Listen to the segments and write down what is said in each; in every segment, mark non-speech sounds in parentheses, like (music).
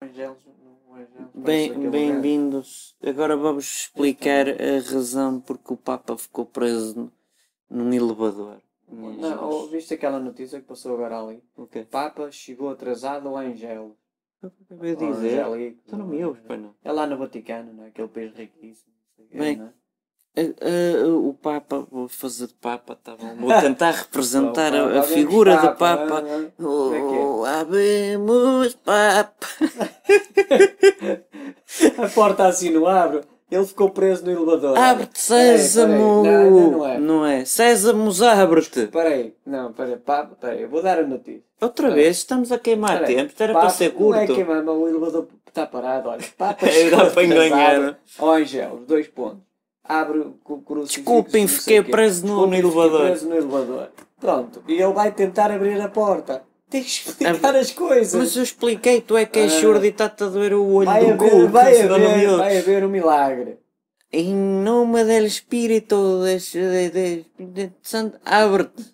Evangelhos, no Evangelho parece Bem- aquele lugar. Então. Bem-vindos. Agora vamos explicar a razão porque o Papa ficou preso num elevador. Mas- Não, ou viste aquela notícia que passou agora ali? O quê? Papa chegou atrasado ao Angelo. Eu acabei de Ao dizer. Angélico. Tu não me ouves, pai, não. É lá no Vaticano, né? aquele país riquíssimo. não sei o quê, Bem, né? A- a- o Papa, vou fazer de Papa, tá bom. Vou (laughs) tentar representar Pá, o a, a Papa, figura vemos do Papa. né, né? Como é (laughs) que é? Oh, abemos Papa. A porta assim não abre, ele ficou preso no elevador. Abre-te, Sésamo! Peraí, peraí. Não, não, não é. Sésamos, abre-te! Peraí, não, peraí, papa, peraí, eu vou dar a notícia. Outra vez, estamos a queimar Peraí, tempo, era Papa- para ser curto. Não é que mama, o elevador está tá parado, olha. (laughs) Papa Era chegou para enganar. atrasado ao Angelo, dois pontos. Abre o cu- crucifixo. Desculpem, não sei fiquei o quê. preso no- Desculpem, no fiquei elevador. preso no elevador. Pronto, e ele vai tentar abrir a porta. Tem que explicar as coisas. Mas eu expliquei, tu é que és Ah. surdo e está-te a doer o olho vai do haver, cu. vai, que se dá no haver, miúdo. vai haver um milagre. Em nome del Espírito, des, de, de, de Santo, abre-te.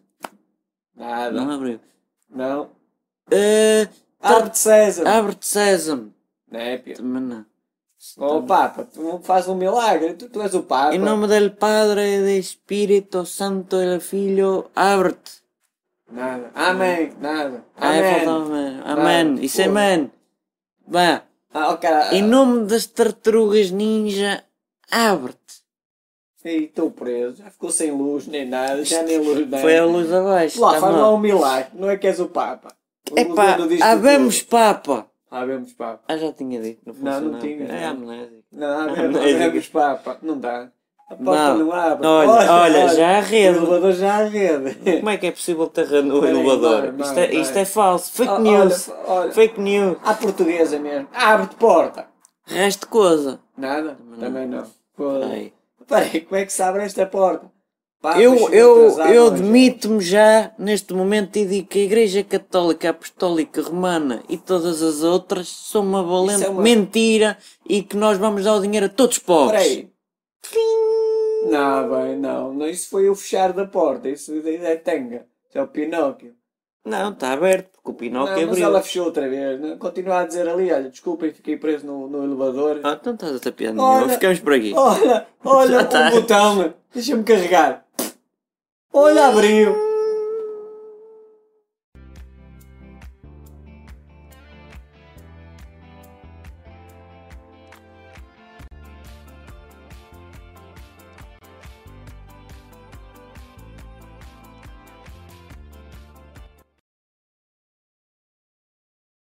Nada. Não abriu. Não. Ah, Abre-te, César. abre-te, Sésamo. Não é, Pedro? Também não. Ó Papa, tu faz um milagre, tu, tu és o Papa. Em nome del Padre, de Espírito Santo, del Filho, abre-te. Nada. Amém, nada. Ah, é faltava Amém. amém. Amém. Isso é Porra. man. Vá. Ah, oh, cara. Em nome das tartarugas ninja, abre-te. Ei, estou Então, preso. Já ficou sem luz, nem nada. Já nem luz, nem. Foi a luz abaixo. Lá, tá faz lá mal. um milagre. Não é que és o Papa. O Epá, dono disto habemos tudo. papa. Habemos Papa. Ah, já tinha dito, não Não, funcionava. não tinha, É não. amnésico. (laughs) Não, Não, habemos, é habemos Papa. Não dá. A porta Não. não, abre. Olha, olha, já há rede. O elevador já há rede. Como é que é possível ter no Vai, elevador? vai, vai, isto, é, vai. isto é falso. Fake Olha, news. olha. Fake news. À portuguesa mesmo. Abre-te porta. Resto de coisa. Nada? Também não. Foda-se. Ai. Peraí, como é que se abre esta porta? Pá, Eu, chegou eu, atrasado, eu mas- admito-me já neste momento e digo que a Igreja Católica Apostólica Romana e todas as outras são uma valente Isso é uma- mentira e que nós vamos dar o dinheiro a todos pobres. Peraí. Não, bem, não. não. Isso foi o fechar da porta. Isso é tanga. Isso é o Pinóquio. Não, está aberto, porque o Pinóquio não, mas abriu. ela fechou outra vez. Não? Continua a dizer ali, olha, desculpem, fiquei preso no, no elevador. Ah, então estás a ter piada Olha- nenhuma. Ficamos por aqui. Olha, olha, (laughs) Já tá. um botão. Deixa-me carregar. Olha, abriu.